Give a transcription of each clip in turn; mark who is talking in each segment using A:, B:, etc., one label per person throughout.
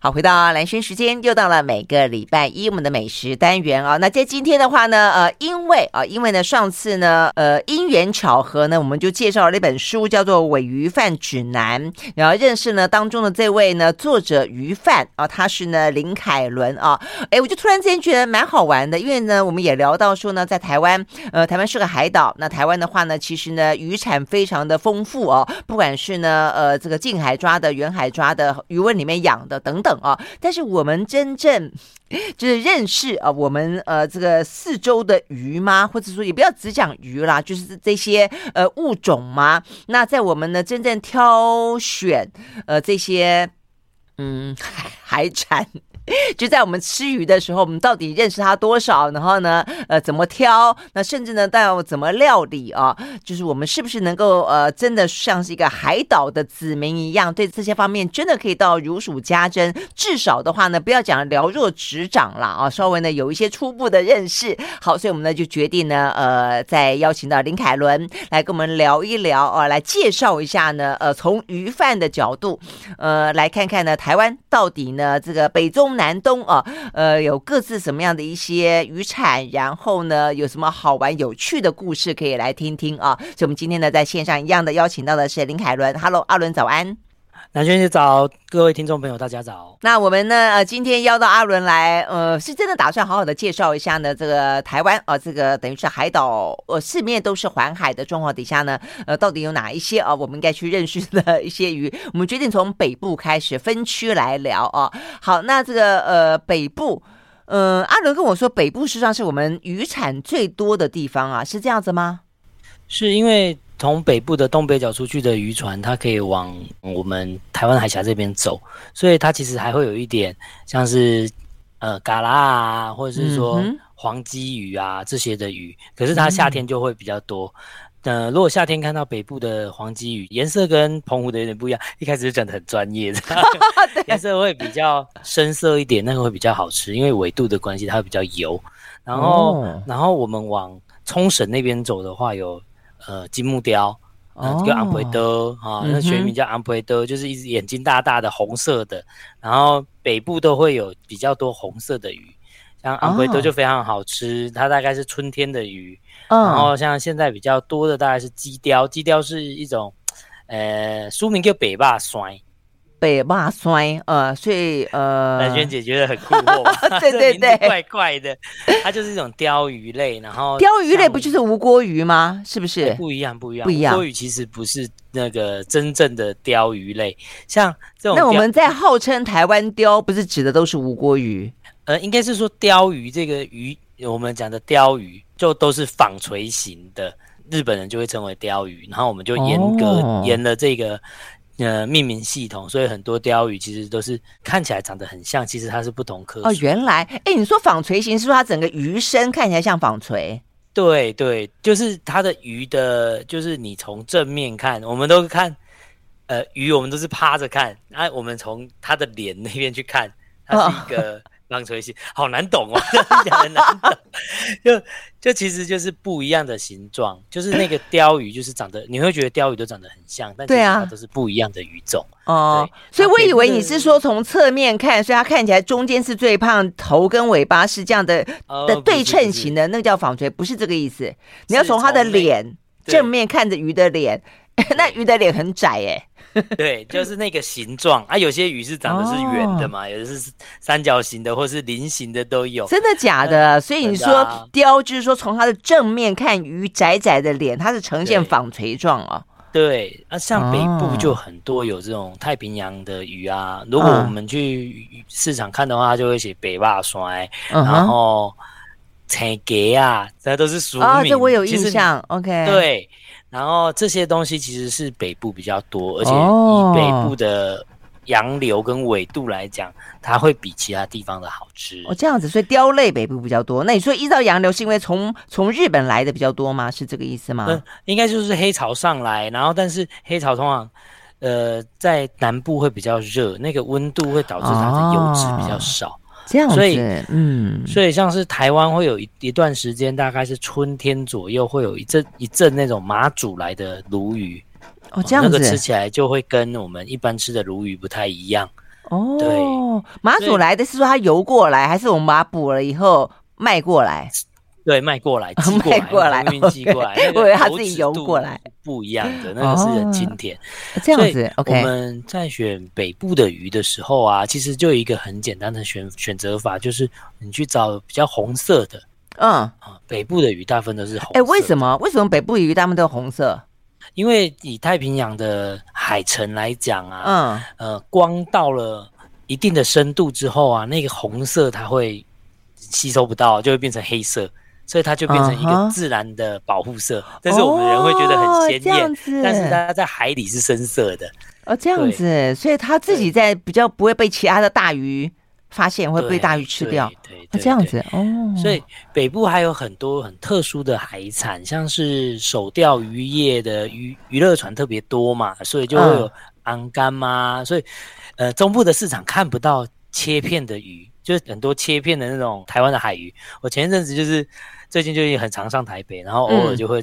A: 好，回到蓝轩时间，又到了每个礼拜一我们的美食单元啊。那在今天的话呢，呃，因为啊，因为呢上次呢，呃，因缘巧合呢，我们就介绍了一本书，叫做《尾鱼饭指南》，然后认识呢当中的这位呢作者鱼贩啊，他是呢林凯伦啊。哎，我就突然之间觉得蛮好玩的，因为呢我们也聊到说呢，在台湾，呃，台湾是个海岛，那台湾的话呢，其实呢渔产非常的丰富哦，不管是呢呃这个近海抓的、远海抓的、渔温里面养的等等啊，但是我们真正就是认识啊，我们呃这个四周的鱼吗？或者说也不要只讲鱼啦，就是这些呃物种吗？那在我们呢真正挑选呃这些嗯海海产。就在我们吃鱼的时候，我们到底认识它多少？然后呢，呃，怎么挑？那甚至呢，到怎么料理啊？就是我们是不是能够呃，真的像是一个海岛的子民一样，对这些方面真的可以到如数家珍？至少的话呢，不要讲了若指掌啦啊，稍微呢有一些初步的认识。好，所以我们呢就决定呢，呃，再邀请到林凯伦来跟我们聊一聊啊，来介绍一下呢，呃，从鱼贩的角度，呃，来看看呢，台湾到底呢这个北中南东啊，呃，有各自什么样的一些渔产，然后呢，有什么好玩有趣的故事可以来听听啊。所以我们今天呢，在线上一样的邀请到的是林凯伦，Hello，阿伦早安。
B: 南轩姐早，各位听众朋友大家早。
A: 那我们呢，呃，今天邀到阿伦来，呃，是真的打算好好的介绍一下呢，这个台湾啊、呃，这个等于是海岛，呃，四面都是环海的状况底下呢，呃，到底有哪一些啊、我们应该去认识的一些鱼？我们决定从北部开始分区来聊啊。好，那这个呃，北部，呃，阿伦跟我说，北部实际上是我们渔产最多的地方啊，是这样子吗？
B: 是因为从北部的东北角出去的渔船，它可以往我们台湾海峡这边走，所以它其实还会有一点像是呃嘎啦啊，或者是说
A: 嗯哼
B: 黄鲫鱼啊这些的鱼，可是它夏天就会比较多。呃，如果夏天看到北部的黄鲫鱼，颜色跟澎湖的有点不一样。一开始就讲的很专业，这样 颜色会比较深色一点，那个会比较好吃，因为纬度的关系，它会比较油。然后，
A: 哦
B: 然后我们往冲绳那边走的话，有呃金木雕，呃
A: 哦，
B: 叫安培德啊，
A: 嗯哼
B: 那学名叫安培德，就是一只眼睛大大的红色的。然后北部都会有比较多红色的鱼，像安培
A: 哦
B: 德就非常好吃，它大概是春天的鱼。然
A: 嗯，
B: 后像现在比较多的大概是鸡雕，鸡雕是一种，呃，书名叫北霸酸，
A: 北霸酸，呃，所以呃，，
B: 蓝轩姐觉得很困惑
A: 对对
B: 这名字
A: 对
B: 怪怪的，它就是一种鲷鱼类，然后
A: 鲷鱼类
B: 像哎
A: 不就是无锅鱼吗？是不是？
B: 不一样，不一样，
A: 不一样
B: 乌龟鱼其实不是那个真正的鲷鱼类，像这种
A: 那我
B: 鲷
A: 们在号称台湾鲷，不是指的都是无锅鱼？
B: 呃，应该是说鲷鱼这个鱼，我们讲的鲷鱼就都是纺锤型的，日本人就会称为鲷鱼，然后我们就严格、
A: 哦
B: 沿了这个呃命名系统，所以很多鲷鱼其实都是看起来长得很像，其实它是不同科
A: 哦，
B: 属。
A: 原来，哎，你说纺锤形是说它整个鱼身看起来像纺锤？
B: 对对，就是它的鱼的，就是你从正面看，我们都看，呃，鱼我们都是趴着看，啊，我们从它的脸那边去看，它
A: 哦
B: 是一个浪垂形，好难懂哦， 真的讲得很难懂，就就其实就是不一样的形状，就是那个鲷鱼，就是长得你会觉得鲷鱼都长得很像，但其
A: 对
B: 实
A: 啊
B: 它都是不一样的鱼种。
A: 哦，所
B: 对
A: 以我以为
B: 它
A: 你
B: 变
A: 是说从侧面看，所以它看起来中间是最胖，头跟尾巴是这样的
B: 呃
A: 的对称型
B: 的，
A: 的，那个叫纺锤，不是这个意思。你要
B: 是
A: 从它的
B: 从内
A: 脸
B: 对
A: 正面看着鱼的脸， 那鱼的脸很窄哎。
B: 对，就是那个形状啊，有些鱼是长得是圆
A: 哦
B: 的嘛，有的是三角形的或是菱形的都有。
A: 真的假的？所以你
B: 真的啊
A: 说雕就是说从它的正面看鱼窄窄的脸，它是呈现
B: 对
A: 纺锤状哦。
B: 对，啊，像北
A: 哦
B: 部就很多有这种太平洋的鱼啊。如果
A: 嗯
B: 我们去市场看的话，它就会写北霸衰，
A: 嗯哼，
B: 然后青蛤啊，这都是俗名。
A: 啊，这我有
B: 其
A: 印
B: 实你。
A: 象。OK，，哎
B: 对，然后这些东西其实是北部比较多，而且
A: 哦
B: 以北部的洋流跟纬度来讲，它会比其他地方的好吃。
A: 哦，这样子，所以雕类北部比较多。那你说依照洋流是因为从从日本来的比较多吗？是这个意思
B: 嗯
A: 吗？，
B: 应该就是黑潮上来，然后但是黑潮通常，呃，在南部会比较热，那个温度会导致它的油脂比较少，
A: 这样子
B: 所以，
A: 嗯，
B: 所以像是台湾会有一一段时间，大概是春天左右会有一阵一阵那种马祖来的鲈鱼，
A: 哦，这样
B: 那个吃
A: 子，
B: 起来就会跟我们一般吃的鲈鱼不太一样，
A: 哦，马祖来的是说它游过来，还是我们把它捕了以后卖过来？
B: 对，卖过来，寄
A: 哦卖过
B: 过
A: 来
B: 来，运寄过来
A: OK，，
B: 那个
A: 我以为它
B: 油
A: 自己
B: 脂
A: 游
B: 度
A: 过来
B: 是不一样的，那个是很经
A: 哦
B: 典。
A: 这样
B: 所以
A: 子，OK，
B: 我们在选北部的鱼的时候啊，其实就有一个很简单的选选择法，就是你去找比较红色的
A: 嗯，
B: 啊，北部的鱼大部分都是红色。
A: 哎，为什
B: 么？
A: 么为什么北部鱼它们都红色？
B: 因为以太平洋的海沉来讲啊，
A: 嗯，
B: 呃，光到了一定的深度之后啊，那个红色它会吸收不到，就会变成黑色。所以它就变成
A: 嗯
B: 一个
A: 哼
B: 自然的保护色但是我们人会觉得很鲜
A: 哦这
B: 艳
A: 样子
B: 但是它在海里是深色的。
A: 哦，这样子，所以它自己在比较不会被其他的大鱼发现，会被
B: 对
A: 大鱼吃掉。
B: 对对
A: 哦，
B: 对
A: 这样
B: 对
A: 子哦，
B: 所以北部还有很多很特殊的海产，像是手钓渔业的娱娱乐船特别多嘛，所以就会有昂干嘛，所以呃中部的市场看不到切片的鱼，就是很多切片的那种台湾的海鱼。我前一阵子就是最近就也很常上台北，然后偶尔就会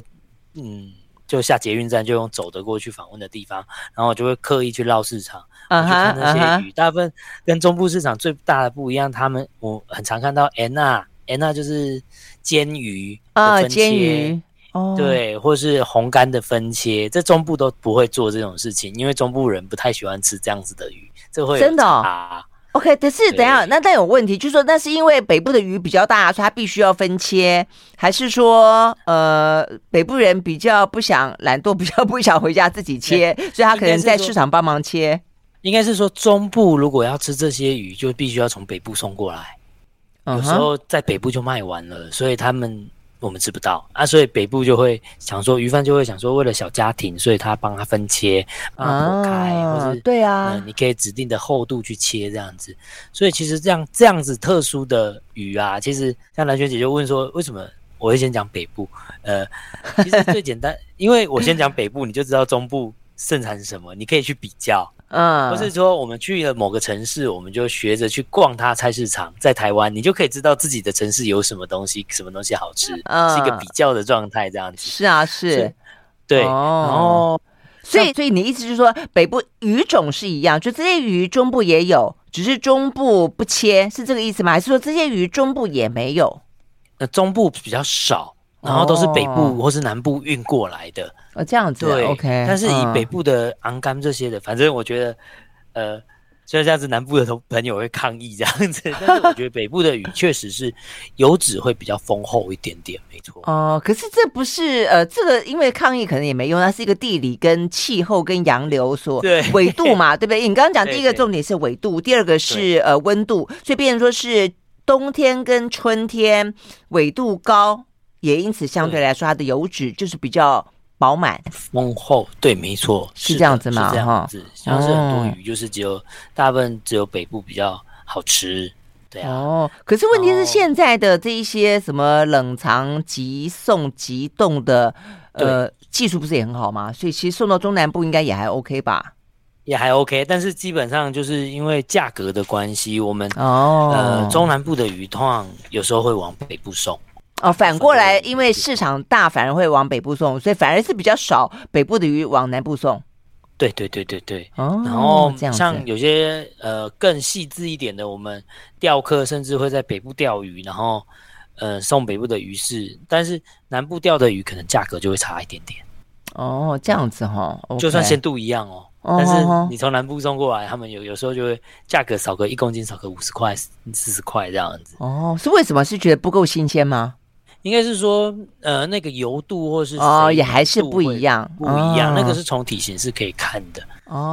B: 嗯就下捷运站就用走的过去访问的地方，然后我就会刻意去绕市场。我
A: 啊
B: 去
A: 哈
B: 看那
A: 啊哈
B: 些鱼，大部分跟中部市场最大的不一样，他们我很常看到 Anna Anna 就是煎鱼的
A: 啊，
B: 分切
A: 煎鱼，哦，，
B: 对，或是红干的分切，在中部都不会做这种事情，因为中部人不太喜欢吃这样子的鱼，这会有
A: 真的哦
B: 差
A: OK，可是
B: 对
A: 等一下，那但有问题，就是说那是因为北部的鱼比较大，所以它必须要分切，还是说呃北部人比较不想懒惰，比较不想回家自己切，所以他可能在市场帮忙切
B: 应该是说中部如果要吃这些鱼，就必须要从北部送过来，
A: 嗯
B: 有时
A: 哼
B: 候在北部就卖完了，所以他们。我们吃不到啊，所以北部就会想说，鱼贩就会想说，为了小家庭，所以他帮他分切，帮他剖开，或
A: 啊
B: 是，
A: 对
B: 嗯，
A: 啊，
B: 你可以指定的厚度去切这样子。所以其实这样这样子特殊的鱼啊，其实像蓝轩姐就问说，为什么我会先讲北部？呃，其实最简单， 因为我先讲北部，你就知道中部盛产什么，你可以去比较。
A: 嗯，
B: 或是说我们去了某个城市，我们就学着去逛它菜市场，在台湾，你就可以知道自己的城市有什么东西，什么东西好吃，
A: 嗯
B: 是一个比较的状态这样子。
A: 是啊是
B: 是，对，
A: 哦
B: 然后
A: 所以所以你意思就是说北部鱼种是一样，就这些鱼中部也有，只是中部不切，是这个意思吗？还是说这些鱼中部也没有？
B: 呃中部比较少，然后都是北
A: 哦
B: 部或是南部运过来的。
A: 哦，这样子
B: 对
A: ，OK，
B: 但是以
A: 嗯
B: 北部的昂甘这些的，反正我觉得，呃，虽然这样子南部的同朋友会抗议这样子，但是我觉得北部的雨确实是油脂会比较丰厚一点点，没错。
A: 哦，可是这不是呃，这个因为抗议可能也没用，它是一个地理跟气候跟洋流所
B: 对
A: 纬度嘛，对不对？你刚刚讲
B: 对
A: 第一个
B: 对
A: 重点是纬度，第二个是
B: 对
A: 呃温度，所以变成说是冬天跟春天纬度高，也因此相对来说它的油脂就是比较饱满。
B: 丰厚，对，没错，
A: 是嗯
B: 的
A: 这样子嘛
B: 是这
A: 哈
B: 样子，像是很多
A: 哦
B: 鱼就是只有大部分只有北部比较好吃，对啊。
A: 哦，可是问题是
B: 哦
A: 现在的这一些什么冷藏、急送、急冻的呃技术不是也很好吗？所以其实送到中南部应该也还 OK 吧？
B: 也还 OK，但是基本上就是因为价格的关系，我们、
A: 哦，
B: 呃中南部的鱼通常有时候会往北部送，
A: 哦，反过来，
B: 反过来
A: 因为市场大，反而会往北部送，所以反而是比较少北部的鱼往南部送。
B: 对对对对对，
A: 哦，
B: 然后
A: 这样
B: 像
A: 子，
B: 有些呃更细致一点的，我们钓客甚至会在北部钓鱼，然后呃送北部的鱼市，但是南部钓的鱼可能价格就会差一点点，
A: 哦，这样子哈，
B: 就算
A: OK
B: 鲜度一样哦，
A: 哦
B: 但
A: 吼吼
B: 是你从南部送过来，他们有有时候就会价格少个一公斤少个五十块四十块这样子，
A: 哦，是为什么是觉得不够新鲜吗？
B: 应该是说呃那个油度或是
A: 哦
B: 水
A: 也还是
B: 度
A: 不一
B: 会
A: 样
B: 不一样，
A: 哦
B: 那个是从体型是可以看的。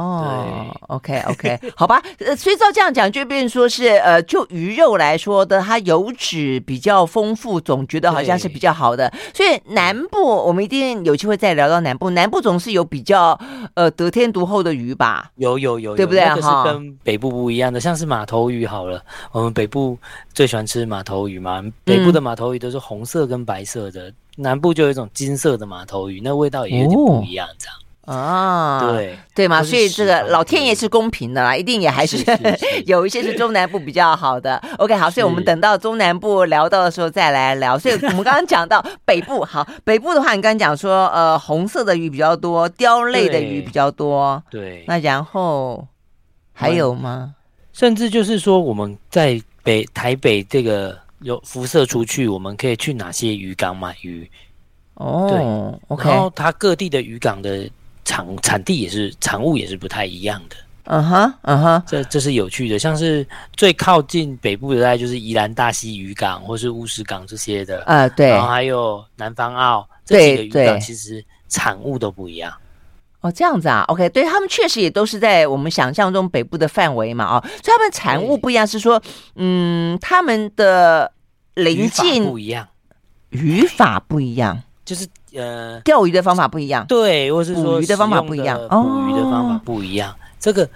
A: 哦，OK OK，好 吧，呃，所以照这样讲，就变成说是呃，就鱼肉来说的，它油脂比较丰富，总觉得好像是
B: 对
A: 比较好的。所以南部我们一定有机会再聊到南部，南部总是有比较呃得天独厚的鱼吧？
B: 有有有有，
A: 对不对
B: 那个
A: 哈
B: 是跟北部不一样的，像是马头鱼好了，我们北部最喜欢吃马头鱼嘛，
A: 嗯
B: 北部的马头鱼都是红色跟白色的，南部就有一种金色的马头鱼，那味道也有点不一样，这样、
A: 哦啊，。
B: 对。
A: 对嘛？
B: 都是
A: 所以这个
B: 食堂
A: 老天爷
B: 的
A: 是公平的啦，一定也还是
B: 是是是
A: 有一些是中南部比较好的。OK，好，所以我们
B: 是
A: 等到中南部聊到的时候再来聊。所以我们刚刚讲到北部，好，北部的话，你刚刚讲说，呃，红色的鱼比较多，鲷类的鱼
B: 对
A: 比较多，
B: 对，
A: 那然后还有吗？
B: 甚至就是说我们在北台北这个有辐射出去，我们可以去哪些渔港买鱼？
A: 哦
B: 然后
A: ，OK，
B: 它各地的渔港的产产地也是产物也是不太一样的，
A: 嗯哼，嗯哼，
B: 这这是有趣的。像是最靠近北部的，大概就是宜兰大溪渔港或是乌石港这些的，
A: 啊，对
B: 然，后还有南方澳这
A: 对
B: 几个渔港，
A: 对
B: 其实产物都不一样。
A: 哦，这样子啊，OK，对他们确实也都是在我们想象中北部的范围嘛，哦，所以他们产物
B: 对
A: 不一样，是说，嗯，他们的
B: 渔
A: 临
B: 法
A: 近
B: 不一样，
A: 语法不一样，
B: 就是呃，
A: 钓鱼的方法不一样，
B: 对，或是
A: 捕
B: 说
A: 鱼的方法
B: 使用
A: 不一样
B: 捕鱼的方法
A: 哦
B: 不一样。这个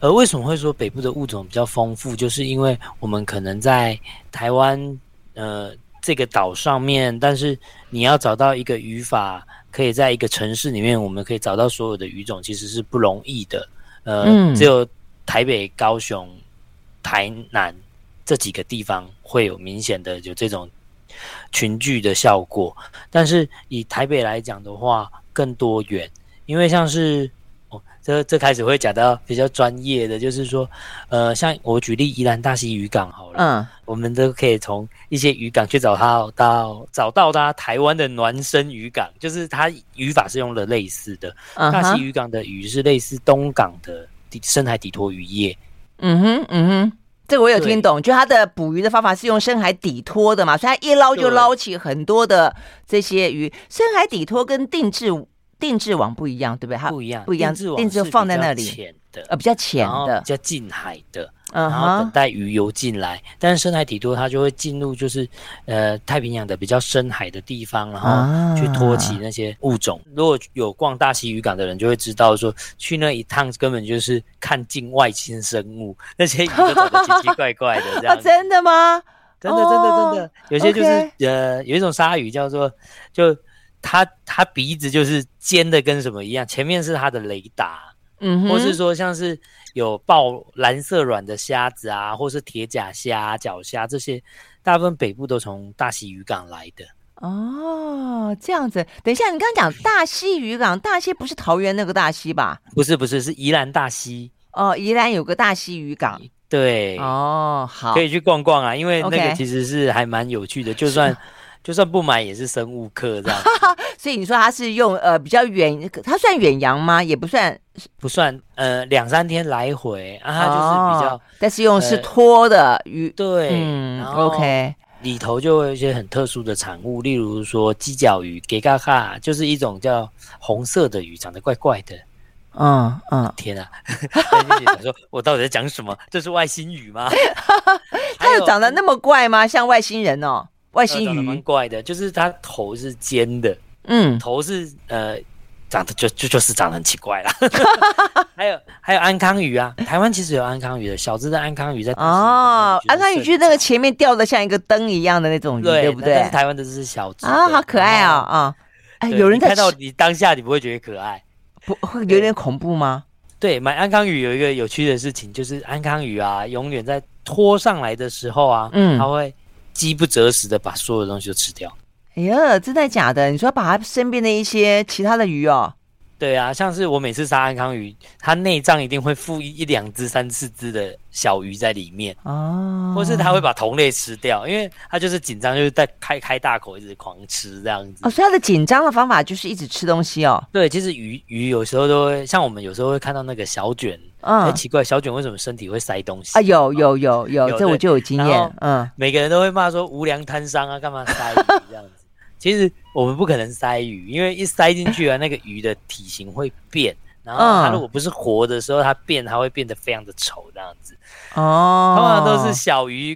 B: 呃，为什么会说北部的物种比较丰富？就是因为我们可能在台湾呃这个岛上面，但是你要找到一个语法，可以在一个城市里面，我们可以找到所有的语种，其实是不容易的。呃，
A: 嗯
B: 只有台北、高雄、台南这几个地方会有明显的有这种群聚的效果。但是以台北来讲的话，更多元，因为像是哦，这这开始会讲到比较专业的，就是说，呃，像我举例宜兰大溪渔港好了，
A: 嗯，
B: 我们都可以从一些渔港去找它到找到它台湾的孪生渔港，就是它语法是用了类似的，
A: 嗯
B: 大溪
A: 哼，
B: 渔港的鱼是类似东港的底深海底拖渔业，
A: 嗯哼，嗯哼。这个我有
B: 对
A: 听懂，就它的捕鱼的方法是用深海底拖的嘛，所以它一捞就
B: 对
A: 捞起很多的这些鱼。深海底拖跟定制定制网不一样，对不对？它
B: 不一样，
A: 不一样
B: 定制网
A: 定制
B: 是比
A: 放在
B: 较
A: 那里
B: 浅的，
A: 呃比较浅
B: 然后
A: 的
B: 比，较近海的，
A: 嗯
B: 然后等
A: 哼，
B: 待鱼游进来。但是深海底拖它就会进入就是呃太平洋的比较深海的地方，然
A: 啊
B: 后去托起那些物种。如果有逛大溪渔港的人就会知道说，去那一趟根本就是看境外新生物，那些鱼都长得奇奇怪怪的 这
A: 啊，
B: 样子。
A: 真的吗？
B: 真的，真的，
A: 哦
B: 真的，有些就是
A: OK
B: 呃，有一种鲨鱼叫做，就它它鼻子就是尖的，跟什么一样，前面是它的雷达，
A: 嗯哼，
B: 或是说像是有抱蓝色卵的虾子啊，或是铁甲虾、脚虾这些，大部分北部都从大溪渔港来的。
A: 哦，这样子。等一下，你刚刚讲大溪渔港，大溪不是桃园那个大溪吧？
B: 不是不是，是宜兰大溪，
A: 哦，宜兰有个大溪渔港。
B: 对，
A: 哦，好
B: 可，以去逛逛啊，因为那
A: OK
B: 个其实是还蛮有趣的，就算 就算不买也是生物课这 样子，
A: 所以你说它是用呃比较远，它算远洋吗？也不算，
B: 不算呃两三天来回啊，它就是比较。
A: 哦，但是用是
B: 呃
A: 拖的鱼。
B: 对，
A: 嗯
B: 然后
A: ，OK，
B: 里头就会有一些很特殊的产物，例如说鸡脚鱼、给嘎嘎，就是一种叫红色的鱼，长得怪怪的。
A: 嗯嗯，
B: 天啊！ 但是你想说，我到底在讲什么？这是外星语吗？
A: 它有长得
B: 还
A: 那么怪吗？像外星人哦，外
B: 呃
A: 星
B: 长得蛮
A: 鱼。
B: 怪的，就是它头是尖的，
A: 嗯，
B: 头是呃。长得就就就是长得很奇怪啦， 还有还有安康鱼啊，台湾其实有安康鱼的，小只的安康鱼在
A: 哦，安康鱼
B: 居
A: 就那个前面吊的像一个灯一样的那种鱼，
B: 对，
A: 对不
B: 那
A: 对
B: 但是？台湾的这是小只的
A: 啊，好可爱哦，
B: 然后
A: 啊！哎，
B: 对
A: 有人
B: 你
A: 在
B: 看到
A: 吃，
B: 你当下，你不会觉得可爱。
A: 不会有
B: 对
A: 点恐怖吗？
B: 对，买安康鱼有一个有趣的事情，就是安康鱼啊，永远在拖上来的时候啊，
A: 嗯
B: 它会饥不择食的把所有的东西都吃掉。
A: 哎呀，真的假的？你说把它身边的一些其他的鱼哦，
B: 对啊，像是我每次杀安康鱼，它内脏一定会附一一两只、三四只的小鱼在里面，
A: 哦，
B: 或是它会把同类吃掉，因为它就是紧张，就是在开开大口一直狂吃这样子
A: 哦，。所以它的紧张的方法就是一直吃东西哦，
B: 对，其实鱼鱼有时候都会，像我们有时候会看到那个小卷，哎、
A: 嗯，
B: 奇怪，小卷为什么身体会塞东西？
A: 啊，有有有有，
B: 有
A: 这我
B: 对
A: 就有经
B: 然
A: 验
B: 后，
A: 嗯，
B: 每个人都会骂说无良摊商啊，干嘛 塞鱼这样子？其实我们不可能塞鱼，因为一塞进去啊，那个鱼的体型会变，然后它
A: 嗯
B: 如果不是活的时候，它变，它会变得非常的丑这样子。
A: 哦，
B: 通常都是小鱼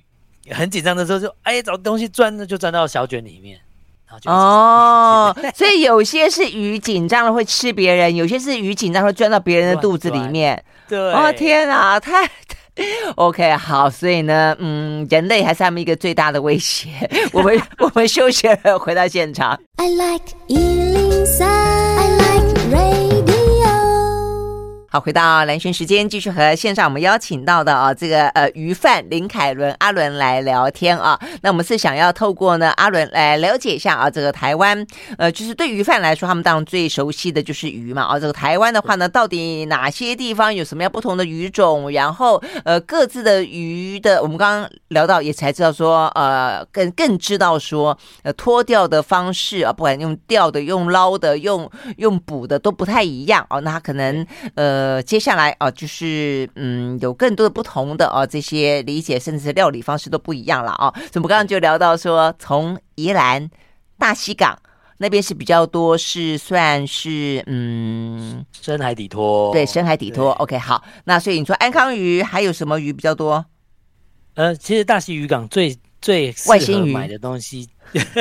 B: 很紧张的时候就哎找东西钻，那就钻到小卷里面，然后就一直
A: 哦，所以有些是鱼紧张了会吃别人，有些是鱼紧张会钻到别人的
B: 乱
A: 肚子里
B: 钻
A: 面，
B: 对，
A: 哦天啊，太 OK 好，所以呢，嗯，人类还是他们一个最大的威胁。 我们我们休息了，回到现场。
C: I like Ealing Sound. I like radio.
A: 好，回到蓝轩时间，继续和线上我们邀请到的啊，这个呃鱼贩林凯伦阿伦来聊天啊。那我们是想要透过呢阿伦来了解一下啊，这个台湾呃，就是对鱼贩来说，他们当然最熟悉的就是鱼嘛啊。这个台湾的话呢，到底哪些地方有什么样不同的鱼种？然后呃，各自的鱼的，我们刚刚聊到也才知道说呃，更更知道说呃脱钓的方式啊，不管用钓的、用捞的、用用捕的都不太一样哦、啊。那它可能呃，接下来啊，就是嗯，有更多的不同的啊，这些理解甚至是料理方式都不一样了啊。所以我们刚刚就聊到说，从宜兰大溪港那边是比较多，是算是嗯，
B: 深海底拖，
A: 对，深海底托。
B: 对
A: OK，好，那所以你说安康鱼还有什么鱼比较多？
B: 呃，其实大溪渔港最最适
A: 外星
B: 合
A: 鱼
B: 买的东西，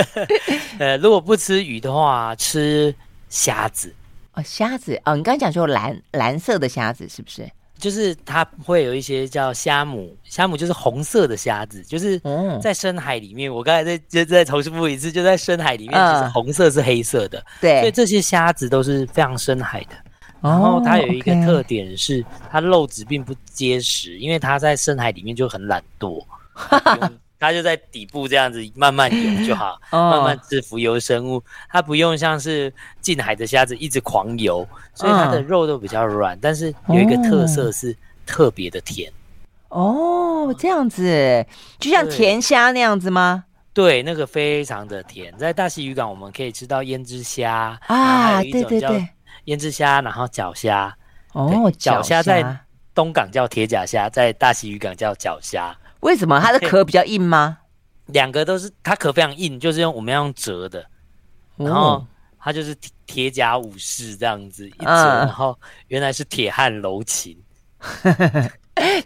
B: 呃，如果不吃鱼的话，吃虾子，
A: 哦，虾子哦，你刚刚讲说蓝蓝色的虾子是不是？
B: 就是它会有一些叫虾母，虾母就是红色的虾子，就是
A: 嗯，
B: 在深海里面，我刚才再再再重复一次，就在深海里面，
A: 嗯
B: 其实红色是黑色的，所以
A: 对，
B: 这些虾子都是非常深海的。然后它有一个
A: 哦
B: 特
A: ，OK
B: 点是，它肉质并不结实，因为它在深海里面就很懒 惰，它不用它就在底部这样子慢慢游就好，
A: 哦
B: 慢慢吃浮游生物，它不用像是近海的虾子一直狂游，所以它的
A: 嗯
B: 肉都比较软，但是有一个特色是特别的甜。
A: 哦，这样子，就像
B: 对
A: 甜虾那样子吗？
B: 对，那个非常的甜，在大溪渔港我们可以吃到胭脂虾
A: 啊，
B: 然后还有一
A: 对
B: 种
A: 对
B: 叫
A: 对，
B: 胭脂虾，然后脚虾，
A: 哦，
B: 脚
A: 虾
B: 虾在东港叫铁甲虾，在大溪渔港叫脚虾，
A: 为什么它的壳比较硬吗？
B: 两个都是它壳非常硬，就是用我们要用折的，然后
A: 哦，
B: 它就是铁铁甲武士这样子一折，
A: 嗯
B: 然后原来是铁汉柔情，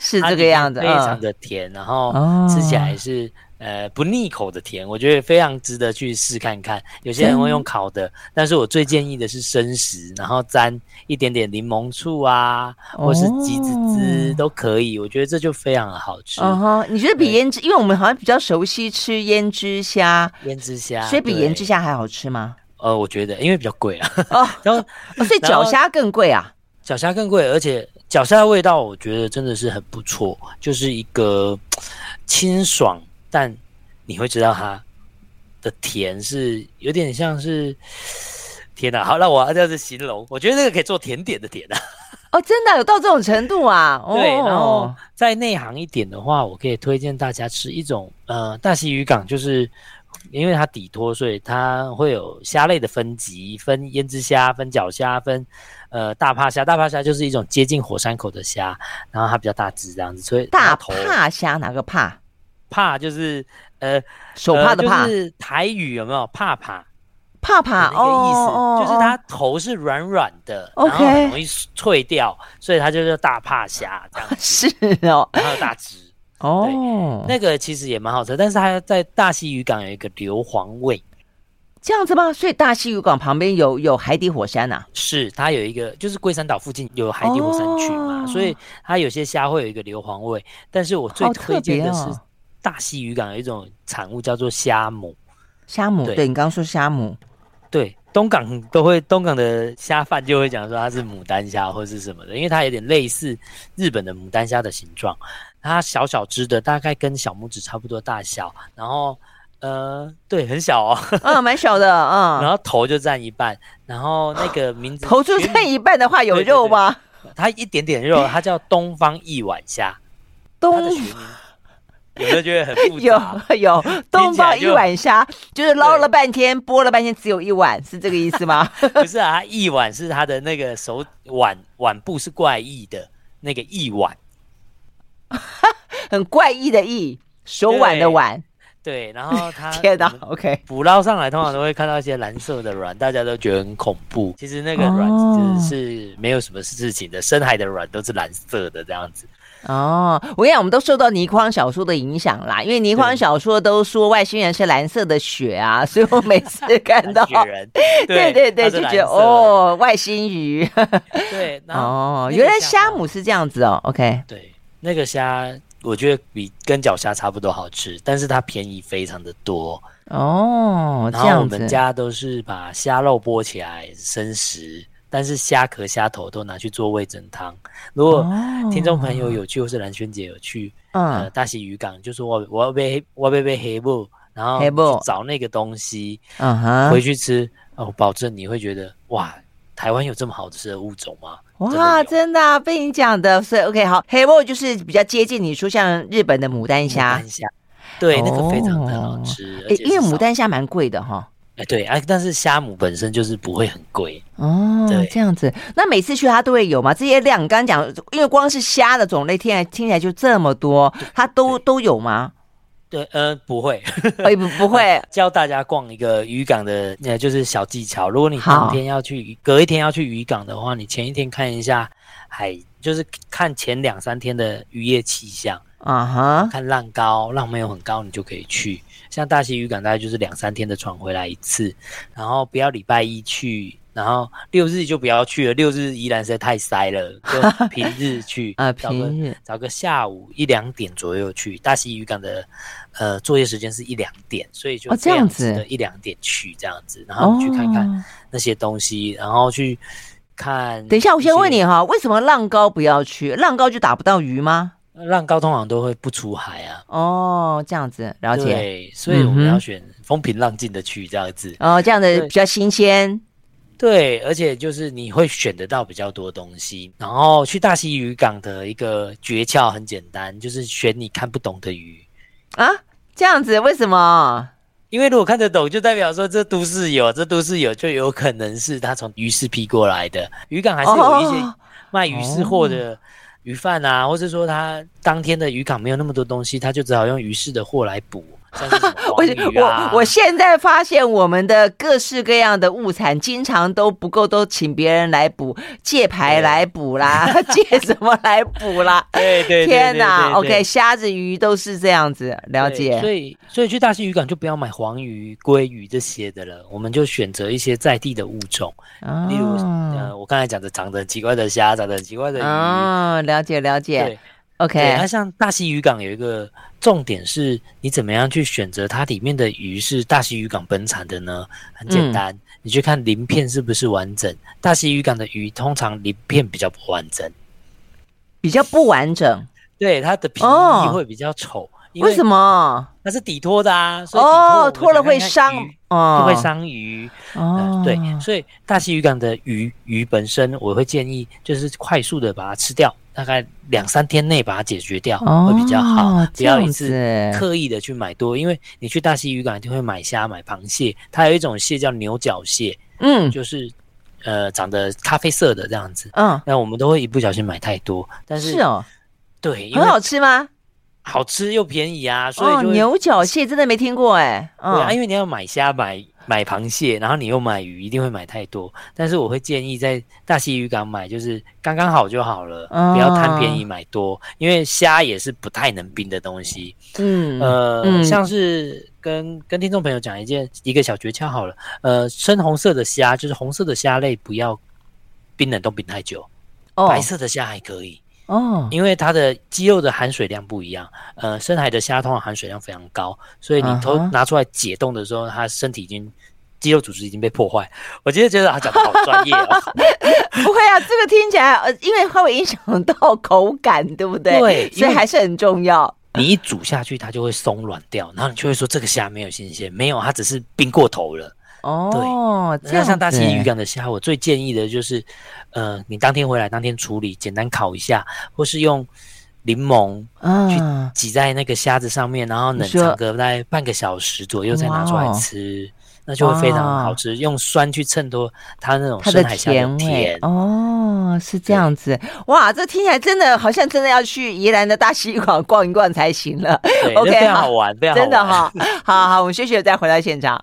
A: 是
B: 它
A: 这个
B: 里面
A: 样子，
B: 非常
A: 嗯
B: 的甜，然后
A: 哦
B: 吃起来是呃不腻口的甜，我觉得非常值得去试看看。有些人会用烤的，但是我最建议的是生食，然后沾一点点柠檬醋啊，或是橘子汁
A: 哦
B: 都可以，我觉得这就非常的好吃。
A: 嗯哼，你觉得比
B: 对
A: 胭脂，因为我们好像比较熟悉吃胭脂虾，
B: 胭脂虾，
A: 所以比
B: 啊对
A: 胭脂，虾还好吃吗？
B: 呃，我觉得因为比较贵 啊，
A: 哦，
B: 然后
A: 哦所以
B: 然
A: 脚
B: 后
A: 虾更贵啊。
B: 脚虾更贵，而且脚虾的味道我觉得真的是很不错，就是一个清爽，但你会知道它的甜是有点像是天哪、好，那我要这样子形容，我觉得这个可以做甜点的甜啊。
A: 哦，真的有到这种程度啊？哦
B: 对，然后在内行一点的话，我可以推荐大家吃一种呃大溪渔港，就是因为它底托，所以它会有虾类的分级，分胭脂虾、分脚虾、分呃大帕虾。大帕虾就是一种接近火山口的虾，然后它比较大只这样子，所以
A: 大
B: 它头
A: 帕虾哪个帕？
B: 帕就是呃
A: 手帕的帕
B: 呃，就是台语有没有帕帕？
A: 帕帕
B: 的那个意思，
A: 哦，
B: 就是它头是软软的，然
A: OK
B: 后很容易脆掉，所以它就叫大帕虾这样 子，
A: 是哦，
B: 然后大只。
A: 哦，
B: 那个其实也蛮好吃，但是它在大溪渔港有一个硫磺味，
A: 这样子吗？所以大溪渔港旁边有有海底火山啊呐。
B: 是它有一个就是龟山岛附近有海底火山区嘛，
A: 哦
B: 所以它有些虾会有一个硫磺味。但是我最
A: 好特
B: 推荐
A: 别
B: 的
A: 哦
B: 是大溪渔港有一种产物叫做虾母，
A: 虾母，
B: 对
A: 对你刚刚说虾母，
B: 对，东港都会东港的虾贩就会讲说它是牡丹虾或是什么的，因为它有点类似日本的牡丹虾的形状，它小小只的，大概跟小拇指差不多大小，然后呃，对，很小哦。
A: 嗯，蛮小的，
B: 然
A: 嗯，啊
B: 后头就占一半，然后那个名字
A: 头就占一半的话有
B: 对对
A: 肉吗？
B: 它一点点肉，它叫东方一碗虾，它的
A: 东
B: 学名有没有觉得很复
A: 有
B: 杂？
A: 有东方一碗虾，就是捞
B: 对
A: 了半天，剥了半天，只有一碗，是这个意思 吗？
B: 不是啊，它一碗是它的那个手腕腕部是怪异的那个一碗，
A: 很怪异的异，手腕的腕，
B: 对，然后它
A: 天哪
B: 我们
A: ，OK，
B: 捕捞上来通常都会看到一些蓝色的卵，大家都觉得很恐怖。其实那个卵
A: 哦
B: 是没有什么事情的，深海的卵都是蓝色的这样子。
A: 哦，我跟你讲，我们都受到倪匡小说的影响啦，因为倪匡
B: 对
A: 小说都说外星人是蓝色的血啊， 所以我每次看到
B: 蓝，雪人，
A: 哦 对对对，
B: 它是
A: 就
B: 蓝
A: 觉得
B: 色的，
A: 哦，外星鱼，
B: 对， 然后
A: 哦，
B: 那个
A: 原来
B: 像
A: 虾母是这样子哦，OK，
B: 对，那个虾我觉得比跟脚虾差不多好吃，但是它便宜非常的多。
A: 哦，
B: 然
A: 这
B: 后我
A: 样
B: 们
A: 子，
B: 家都是把虾肉剥起来生食，但是虾壳、虾头都拿去做味噌汤。如果哦听众朋友有去，或是蓝轩姐有去，呃，
A: 哦嗯，
B: 大溪渔港，就说我我要被我要被黑布，然后
A: 黑布
B: 去找那个东西
A: 嗯哼
B: 回，去吃，哦，我保证你会觉得哇，台湾有这么好吃的物种吗？
A: 哇，
B: 真的有
A: 真的啊被你讲的，所以 OK 好，黑墨就是比较接近你说像日本的牡丹虾
B: 牡，丹虾，对，那个非常的
A: 哦
B: 好吃，而
A: 诶
B: 且
A: 因为
B: 是
A: 牡
B: 少
A: 丹虾蛮贵的哈。
B: 哎对哎，但是虾母本身就是不会很贵，
A: 哦
B: 对，
A: 这样子，那每次去它都会有嘛？这些量，刚刚讲，因为光是虾的种类，听起来听起来就这么多，它都都有 吗？
B: 对，呃，不会。
A: 哎，不不会，
B: 教大家逛一个渔港的，呃，就是小技巧。如果你
A: 好
B: 当天要去，隔一天要去渔港的话，你前一天看一下海，就是看前两三天的渔业气象，
A: 啊哈，
B: 看浪高，浪没有很高，你就可以去。像大溪渔港，大概就是两三天的船回来一次，然后不要礼拜一去，然后六日就不要去了，六日宜兰实在太塞了，就平日去
A: 啊
B: 找个
A: 平日
B: 找个下午一两点左右去。大溪渔港的呃作业时间是一两点，所以就
A: 哦这
B: 非
A: 样
B: 常
A: 子
B: 值得一两点去这样子，然后去看看
A: 哦
B: 那些东西，然后去看。
A: 等一下，我先问你哈，为什么浪高不要去？浪高就打不到鱼吗？
B: 呃浪高通常都会不出海啊。
A: 哦，这样子了解。
B: 对，所以我们
A: 嗯哼
B: 要选风平浪静的去这样子。
A: 哦，这样子
B: 对
A: 比较新鲜。
B: 对，而且就是你会选得到比较多东西。然后去大溪渔港的一个诀窍很简单，就是选你看不懂的鱼。
A: 啊，这样子为什么？
B: 因为如果看得懂，就代表说这都市有，这都市有就有可能是他从鱼市批过来的。渔港还是有一些
A: 哦
B: 卖鱼市货的鱼贩啊，或是说他当天的渔港没有那么多东西，他就只好用鱼市的货来补，像是什么
A: 我
B: 黄鱼啊
A: 我。我现在发现我们的各式各样的物产，经常都不够，都请别人来补，借牌
B: 对
A: 来补啦， 借什么来补啦？
B: 对 对对对
A: 天哪
B: 哪
A: ！OK，虾子鱼都是这样子，了
B: 对所
A: 解。
B: 以，所以去大溪渔港就不要买黄鱼、鲑鱼这些的了，我们就选择一些在地的物种，例如，
A: 哦，
B: 呃，我刚才讲的长得很奇怪的虾，长得很奇怪的鱼。
A: 哦，了解了
B: 对
A: 解。
B: 对，
A: OK，
B: 它像大溪渔港有一个重点是，你怎么样去选择它里面的鱼是大溪渔港本产的呢？很
A: 嗯
B: 简单，你去看鳞片是不是完整。大溪渔港的鱼通常鳞片比较不完整，
A: 比较不完整，
B: 对，它的皮
A: 哦
B: 翼会比较丑，因
A: 为什
B: 么？
A: 么？
B: 它是底拖的啊，所以底拖我
A: 哦，
B: 们
A: 脱了会
B: 想
A: 伤
B: 看看鱼，
A: 哦
B: 就会伤鱼。
A: 哦
B: 嗯，对，所以大溪渔港的鱼鱼本身，我会建议就是快速的把它吃掉，大概两三天内把它解决掉、
A: 哦，
B: 会比较好，不
A: 这
B: 要一
A: 样
B: 次
A: 子，
B: 刻意的去买多，因为你去大溪渔港一定会买虾、买螃蟹，它有一种蟹叫牛角蟹，
A: 嗯
B: 就是呃长得咖啡色的这样子。
A: 嗯，
B: 那我们都会一不小心买太多，但是
A: 是哦，
B: 对，因
A: 很
B: 为
A: 好吃吗？
B: 好吃又便宜啊，所
A: 哦
B: 以，就会、
A: 牛角蟹真的没听过哎、
B: 对啊，
A: 嗯，
B: 因为你要买虾、买买螃蟹，然后你又买鱼，一定会买太多。但是我会建议在大溪渔港买，就是刚刚好就好了，
A: 哦
B: 不要贪便宜买多，因为虾也是不太能冰的东西。
A: 嗯，
B: 呃，
A: 嗯
B: 像是跟跟听众朋友讲一件一个小诀窍好了，呃，深红色的虾就是红色的虾类不要冰冷冻冰太久，
A: 哦
B: 白色的虾还可以，
A: 哦，
B: 因为它的肌肉的含水量不一样，呃，深海的虾通常含水量非常高，所以你
A: 嗯
B: 偷
A: 哼
B: 拿出来解冻的时候，它身体已经。肌肉组织已经被破坏，我今天觉得他讲的好专业哦。
A: 不会啊，这个听起来呃，因为它会影响到口感，对不对？
B: 对
A: 所
B: 因
A: 以
B: 为
A: 还是很重要。
B: 你一煮下去，它就会松软掉，然后你就会说这个虾没有新鲜，没有，它只是冰过头了。
A: 哦，这
B: 那
A: 样
B: 像大
A: 子
B: 溪渔港的虾，我最建议的就是，呃，你当天回来当天处理，简单烤一下，或是用柠檬
A: 啊，
B: 挤在那个虾子上面，然后冷
A: 你说
B: 藏个大概半个小时左右再拿出
A: 哇
B: 来
A: 哦
B: 吃，那就会非常好吃。用酸去衬托它那种
A: 它的
B: 深海虾
A: 甜
B: 的
A: 味
B: 甜。
A: 哦，是这样子哇，这听起来真的好像真的要去宜兰的大溪港逛一逛才行了，
B: 对，
A: 哦 OK，
B: 那非常
A: 好
B: 好玩，非常好
A: 真
B: 玩。
A: 的哈、好好，我们休息了再回到现场。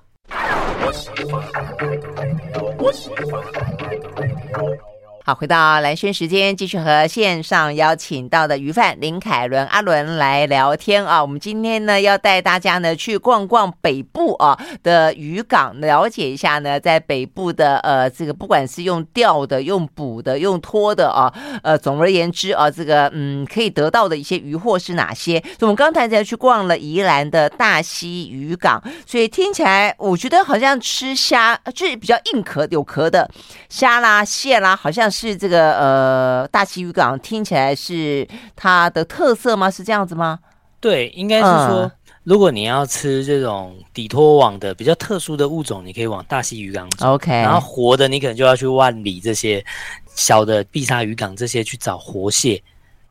A: 好，回到蓝轩时间，继续和线上邀请到的鱼贩林凯伦、阿伦来聊天啊。我们今天呢要带大家呢去逛逛北部啊的渔港，了解一下呢在北部的呃这个不管是用钓的、用捕的、用拖的啊，呃，总而言之啊，这个嗯可以得到的一些渔获是哪些？所以我们刚才才去逛了宜兰的大溪渔港，所以听起来呃我觉得好像吃虾就是比较硬壳有壳的虾啦、蟹啦，好像是这个呃大溪渔港听起来是它的特色吗？是这样子吗？
B: 对，应该是
A: 嗯
B: 说，如果你要吃这种底拖网的比较特殊的物种，你可以往大溪渔港走。
A: OK，
B: 然后活的，你可能就要去万里这些小的碧沙渔港这些去找活蟹。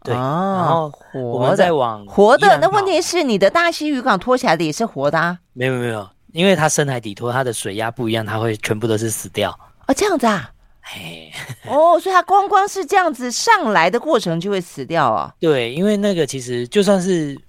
B: 对，
A: 哦
B: 然后我
A: 活
B: 们
A: 的
B: 再往
A: 活
B: 宜
A: 的，
B: 兰
A: 那问
B: 跑
A: 题是你的大溪渔港拖起来的也是活的啊？
B: 没有没有没有，因为它深海底拖，它的水压不一样，它会全部都是死掉。
A: 哦，这样子 啊？
B: 嘿，
A: 哦，所以它光光是这样子上来的过程就会死掉啊、
B: 对，因为那个其实就算是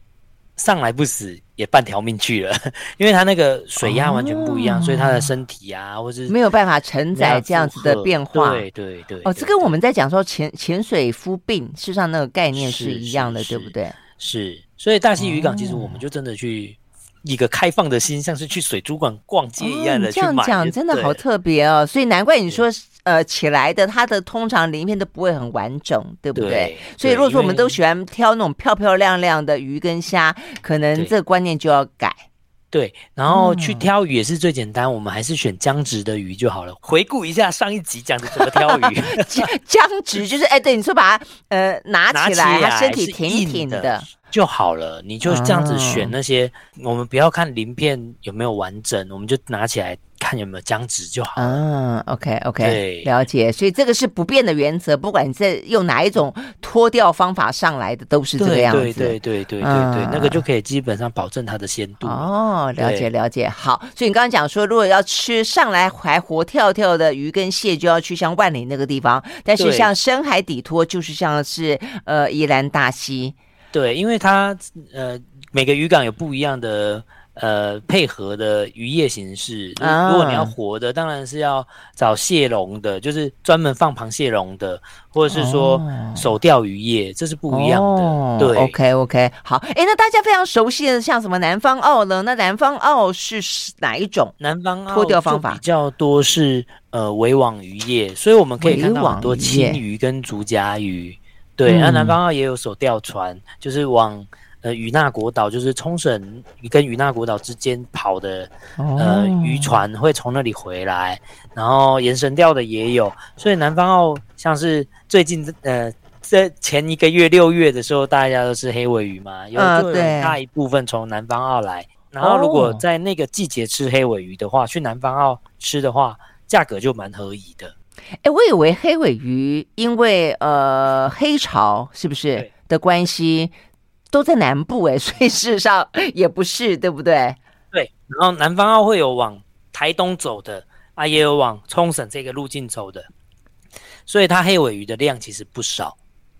B: 上来不死，也半条命去了， 因为它那个水压完全不一样，所以它的身体啊，或是
A: 哦没有办法承载
B: 没有
A: 这样子
B: 负
A: 的
B: 荷
A: 变化。
B: 对对对，
A: 哦，
B: 对
A: 这跟
B: 对
A: 我们在讲说潜潜水夫病，事实上那个概念是
B: 是
A: 一样的，
B: 是
A: 对不
B: 是
A: 对？
B: 是，所以大溪渔港其
A: 哦
B: 实我们就真的去一个开放的心，像是去水族馆逛街一样
A: 哦
B: 的
A: 你
B: 去
A: 这样
B: 买就对了。
A: 讲真的好特别哦，所以难怪你说呃起来的它的通常鳞片都不会很完整，对不
B: 对对，
A: 所以如果说我们
B: 因为
A: 都喜欢挑那种漂漂亮亮的鱼跟虾，可能
B: 对
A: 这个观念就要 改。
B: 对，然后
A: 嗯
B: 去挑鱼也是最简单，我们还是选僵直的鱼就好了。回顾一下上一集讲的怎么挑鱼，
A: 僵僵直就是哎，对，你说把它呃 拿
B: 拿
A: 起
B: 起
A: 来，
B: 来
A: 它身体
B: 是
A: 挺
B: 硬
A: 挺
B: 的
A: 的，
B: 就好了。你就这样子
A: 哦
B: 选那些，我们不要看鳞片有没有完整，我们就拿起来看有没有僵直就好。
A: 嗯，OK OK，
B: 对
A: 了解。所以这个是不变的原则，不管你在用哪一种脱掉方法上来的，都是这个
B: 对
A: 样子。
B: 对对对对对对，
A: 嗯
B: 那个就可以基本上保证它的鲜度。
A: 哦，了解
B: 对
A: 了解，好，所以你刚刚讲说，如果要吃上来还活跳跳的鱼跟蟹，就要去像万里那个地方；但是
B: 对
A: 像深海底托，就是像是呃宜兰大溪。
B: 对，因为它呃每个渔港有不一样的呃配合的渔业形式。如
A: 啊
B: 如果你要活的，当然是要找蟹笼的，就是专门放螃蟹笼的，或者是说
A: 哦
B: 手钓渔业，这是不一样的。对
A: ，OK OK，好，哎，那大家非常熟悉的像什么南方澳呢？那南方澳是哪一种？
B: 南方澳
A: 脱掉
B: 就
A: 方法
B: 比较多是呃围网渔业，所以我们可以看
A: 围
B: 到
A: 网
B: 很多
A: 渔业
B: 青鱼跟竹夹鱼。对，那、
A: 嗯
B: 南方澳也有手钓船，就是往呃与那国岛，就是冲绳跟与那国岛之间跑的呃渔船
A: 哦
B: 会从那里回来，然后延绳钓的也有，所以南方澳像是最近呃这前一个月六月的时候，大家都是黑尾鱼嘛，有
A: 啊
B: 就有
A: 对
B: 很大一部分从南方澳来，然后如果
A: 哦
B: 在那个季节吃黑尾鱼的话，去南方澳吃的话，价格就蛮合宜的。
A: 哎，我以为黑尾鱼因为呃黑潮是不是
B: 对
A: 的关系，都在南部哎，所以事实上也不是，对不对？
B: 对，然后南方澳会有往台东走的，啊，也有往冲绳这个路径走的，所以它黑尾鱼的量其实不少，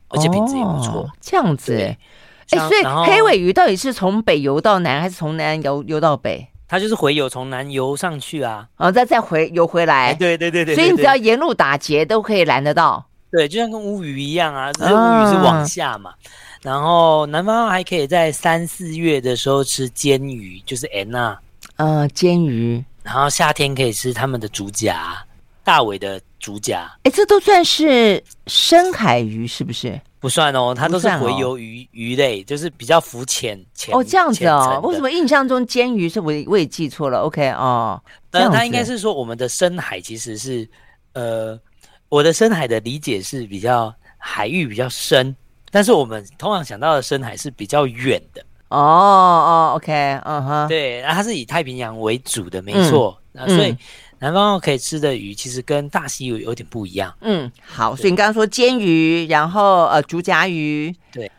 B: 而且品质也不错。
A: 哦这样子
B: 对
A: 哎，
B: 像
A: 所以
B: 然后
A: 黑尾鱼到底是从北游到南，还是从南游游到北？
B: 它就是回游从南游上去啊。哎
A: 哦，再再回游回来，
B: 对对对对
A: 哎所以你只
B: 对
A: 要沿路打劫都可以拦得到。
B: 对，就像跟乌鱼一样啊，只是乌鱼是往下嘛。然后南方还可以在三四月的时候吃煎鱼，就是 N 啊，
A: 嗯，煎鱼，
B: 然后夏天可以吃他们的竹夹，大尾的竹夹
A: 哎，这都算是深海鱼是不是？
B: 不算哦，它都是
A: 不算哦
B: 洄游鱼、鱼类，就是比较浮潜潜
A: 哦，这样子哦，为什？
B: 浅层的
A: 么印象中煎鱼是我我也记错了？OK 哦，这
B: 但
A: 样
B: 是
A: 子
B: 它应该是说我们的深海其实是，呃，我的深海的理解是比较海域比较深，但是我们通常想到的深海是比较远的。
A: 哦哦，OK，嗯哼，
B: 对，然后它是以太平洋为主的，没错。那所以
A: 嗯
B: 南方澳可以吃的鱼，其实跟大溪有有点不一样，
A: 嗯，好，所以你刚刚说煎鱼，然后呃竹夹鱼，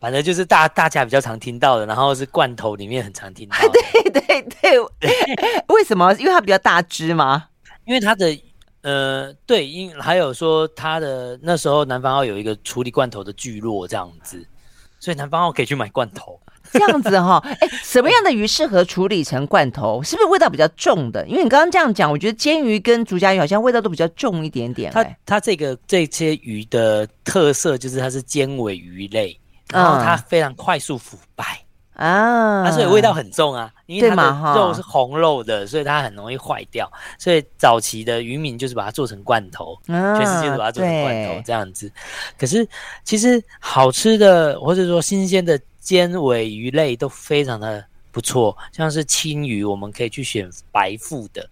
B: 反正就是大大家比较常听到的，然后是罐头里面很常听到的，
A: 啊对对 对，为什么？因为它比较大只嘛。
B: 因为它的呃，对，因还有说它的那时候南方澳有一个处理罐头的聚落这样子，所以南方澳可以去买罐头。
A: 这样子哈、哎、什么样的鱼适合处理成罐头？是不是味道比较重的？因为你刚刚这样讲，我觉得煎鱼跟竹夹鱼好像味道都比较重一点点、
B: 它
A: 哎
B: 它这个这些鱼的特色就是它是尖尾鱼类，
A: 嗯
B: 然后它非常快速腐败，
A: 啊
B: 啊，所以味道很重啊，因为
A: 对嘛
B: 它
A: 哈
B: 的肉是红肉的，所以它很容易坏掉，所以早期的渔民就是把它做成罐头，
A: 啊
B: 全世界都把它做成罐头
A: 对
B: 这样子。可是其实好吃的或者说新鲜的尖尾鱼类都非常的不错，像是青鱼，我们可以去选白腹的，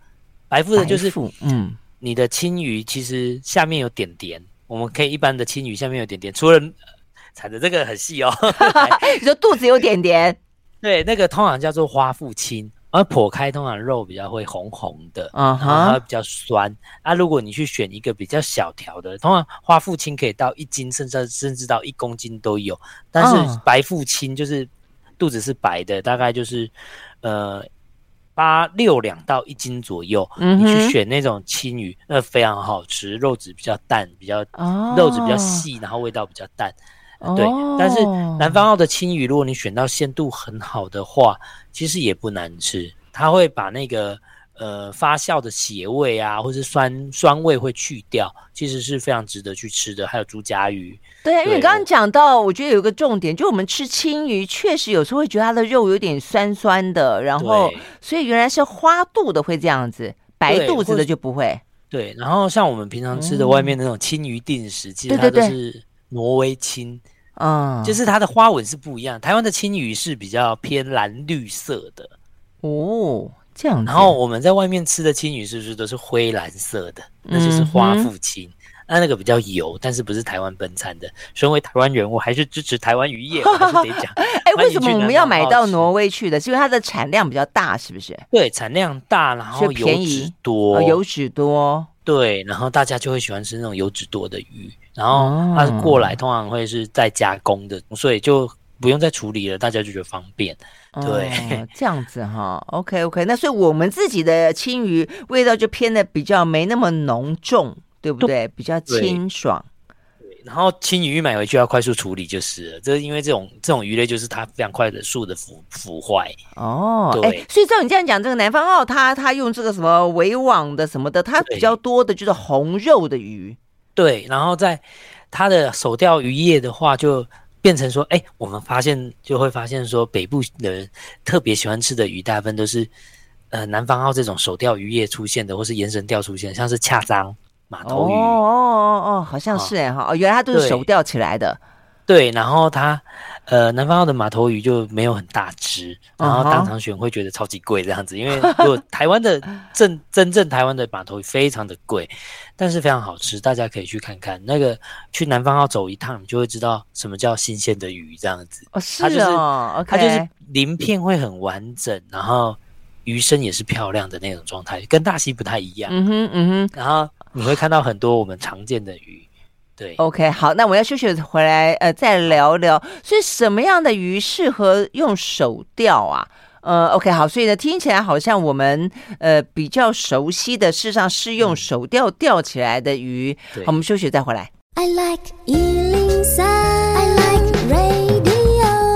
B: 白腹的就是
A: 白腹嗯，
B: 你的青鱼其实下面有点点，我们可以一般的青鱼下面有点点，除了 产的这个很细哦，
A: 你说肚子有点点，
B: 对，那个通常叫做花腹青，而剖开通常肉比较会红红的。
A: 啊
B: 然后它会
A: 哈，
B: 比较酸。啊，如果你去选一个比较小条的，通常花腹青可以到一斤，甚至甚至到一公斤都有。但是
A: 嗯
B: 白腹青就是肚子是白的，大概就是呃八六两到一斤左右。
A: 嗯
B: 你
A: 哼
B: 去选那种青鱼，那非常好吃，肉质比较淡，比较
A: 哦
B: 肉质比较，细，然后味道比较淡。对
A: 哦
B: 但是南方澳的青鱼，如果你选到鲜度很好的话，其实也不难吃。它会把那个呃发酵的血味啊，或是酸酸味会去掉，其实是非常值得去吃的。还有猪夹鱼，
A: 对啊，因为你
B: 对
A: 刚刚讲到，我觉得有一个重点，就我们吃青鱼，确实有时候会觉得它的肉有点酸酸的，然后
B: 对
A: 所以原来是花肚的会这样子，白
B: 对
A: 肚子
B: 或
A: 的
B: 是
A: 就不会。
B: 对。然后像我们平常吃的外面那种青鱼定食，其
A: 嗯对
B: 实它
A: 对
B: 都
A: 对
B: 是挪威青，
A: 嗯，
B: 就是它的花纹是不一样。台湾的青鱼是比较偏蓝绿色的，
A: 哦这样子，
B: 然后我们在外面吃的青鱼是不是都是灰蓝色的？
A: 嗯
B: 那就是花腹青。那那个比较油，但是不是台湾本产的。身为台湾人，我还是支持台湾渔业，我还是得 讲。
A: 哎，
B: 欢
A: 为
B: 迎
A: 什么
B: 去
A: 我们
B: 南
A: 要
B: 方
A: 买
B: 澳
A: 到
B: 吃
A: 挪威去的？是因为它的产量比较大，是不是？
B: 对，产量大，然后
A: 所以便
B: 油
A: 宜
B: 脂多，
A: 哦，油脂多，
B: 对，然后大家就会喜欢吃那种油脂多的鱼。然
A: 哦
B: 后它过来通常会是再加工的，所以就不用再处理了，大家就觉得方便。对
A: 哦， 这样子哈，OK OK，那所以我们自己的青鱼味道就偏的比较没那么浓重，对不对？比较
B: 对
A: 清爽。
B: 然后青鱼买回去要快速处理就是了，这是因为这种这种鱼类就是它非常快的速的腐腐坏。
A: 哦，
B: 对
A: 哎、所以照你这样讲，这个南方澳它它用这个什么围网的什么的，它
B: 对
A: 比较多的就是红肉的鱼，
B: 对，然后在它的手钓渔业的话，就变成说，哎，我们发现就会发现说，北部的人特别喜欢吃的鱼，大部分都是呃南方澳这种手钓渔业出现的，或是延绳钓出现的，像是恰章、马
A: 哦
B: 头鱼，啊
A: 哦哦，好像是哎哈、哦，原来它都是
B: 对
A: 手钓起来的，
B: 对，然后它呃南方澳的马头鱼就没有很大只，然后
A: 嗯哼
B: 当场选会觉得超级贵这样子，因为如果台湾的正真正台湾的马头鱼非常的贵，但是非常好吃，大家可以去看看。那个去南方澳走一趟，你就会知道什么叫新鲜的鱼这样子，
A: 哦是
B: 它就是
A: 哦，OK，
B: 它就是鳞片会很完整，然后鱼身也是漂亮的那种状态，跟大溪不太一样。
A: 嗯哼嗯哼。
B: 然后你会看到很多我们常见的鱼，对。
A: OK，好，那我要休息回来，呃，再聊聊，所以什么样的鱼适合用手钓啊？呃，OK，好，所以呢，听起来好像我们呃比较熟悉的，事实上是用手钓钓起来的鱼。
B: 对
A: 好，我们休息再回来。
C: I like Ealing Sound. I like radio.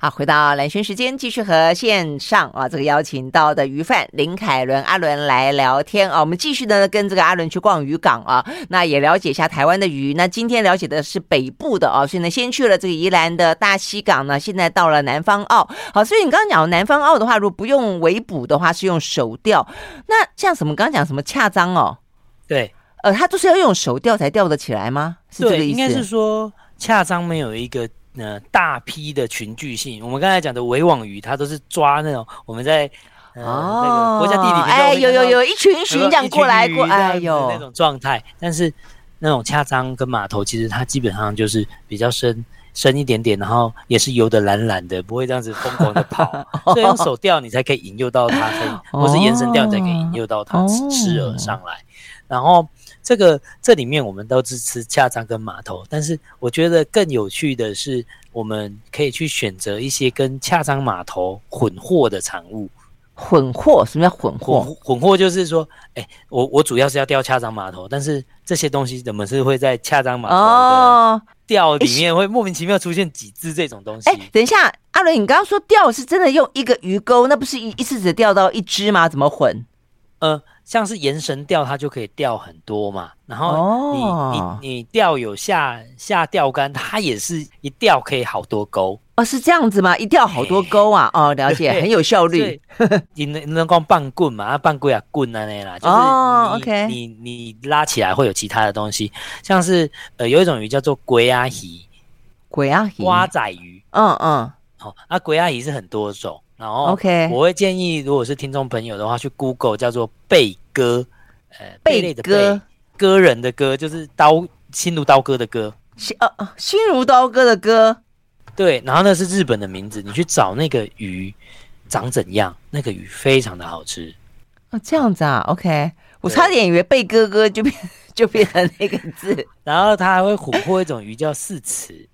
A: 好，回到蓝轩时间，继续和线上啊这个邀请到的鱼贩林凯伦阿伦来聊天啊。我们继续呢跟这个阿伦去逛渔港啊，那也了解一下台湾的鱼。那今天了解的是北部的啊，所以呢先去了这个宜兰的大溪港呢，现在到了南方澳。好，所以你刚刚讲南方澳的话，如果不用围捕的话，是用手钓。那像什么刚刚讲什么恰章哦，
B: 对
A: 呃，它就是要用手钓才钓得起来吗？是这个
B: 对，
A: 意思？
B: 应该是说恰章没有一个呃大批的群聚性。我们刚才讲的围网鱼，它都是抓那种我们在呃、那个国家地理频道会
A: 哦哎，有
B: 看到
A: 有有，一群一群这样过来过，哎
B: 哎
A: 呦，
B: 那种状态。但是那种恰章跟码头，其实它基本上就是比较深深一点点，然后也是游得懒懒的，不会这样子疯狂的跑。所以用手钓你才可以引诱到它，可以
A: 哦
B: 或是延伸钓你才可以引诱到它
A: 哦
B: 吃饵上来。然后这个这里面我们都是吃恰章跟码头，但是我觉得更有趣的是，我们可以去选择一些跟恰章码头混货的产物。
A: 混货，什么叫混
B: 混
A: 货？
B: 混货就是说，哎、我我主要是要钓恰张码头，但是这些东西怎么是会在恰张码头的
A: 哦，
B: 钓里面会莫名其妙出现几只这种东西？
A: 哎、等一下，阿伦，你刚刚说钓是真的用一个鱼钩，那不是一一次只钓到一只吗？怎么混？
B: 呃，像是延绳钓，它就可以钓很多嘛。然后你、
A: 哦
B: 你你钓有下下钓竿，它也是一钓可以好多钩。
A: 哦，是这样子吗？一钓好多钩啊！哦，了解，
B: 对
A: 很有效率。
B: 所以你能能光棒棍嘛，啊棒棍啊棍啊那啦，就是你、
A: 哦，OK
B: 你你拉起来会有其他的东西，像是呃有一种鱼叫做龟阿鱼、
A: 鬼啊鱼，
B: 瓜仔鱼，
A: 嗯嗯，
B: 哦，啊龟阿鱼是很多种，然后
A: OK
B: 我会建议如果是听众朋友的话，去 Google 叫做贝哥，呃贝类的
A: 哥
B: 贝，哥人的哥就是刀心如刀割的割，
A: 心呃呃心如刀割的割，
B: 对，然后那是日本的名字，你去找那个鱼长怎样，那个鱼非常的好吃。
A: 哦，这样子啊，OK，我
B: 对
A: 差点以为被哥哥就变 就变成那个 字
B: 然后它还会琥获一种鱼叫四齿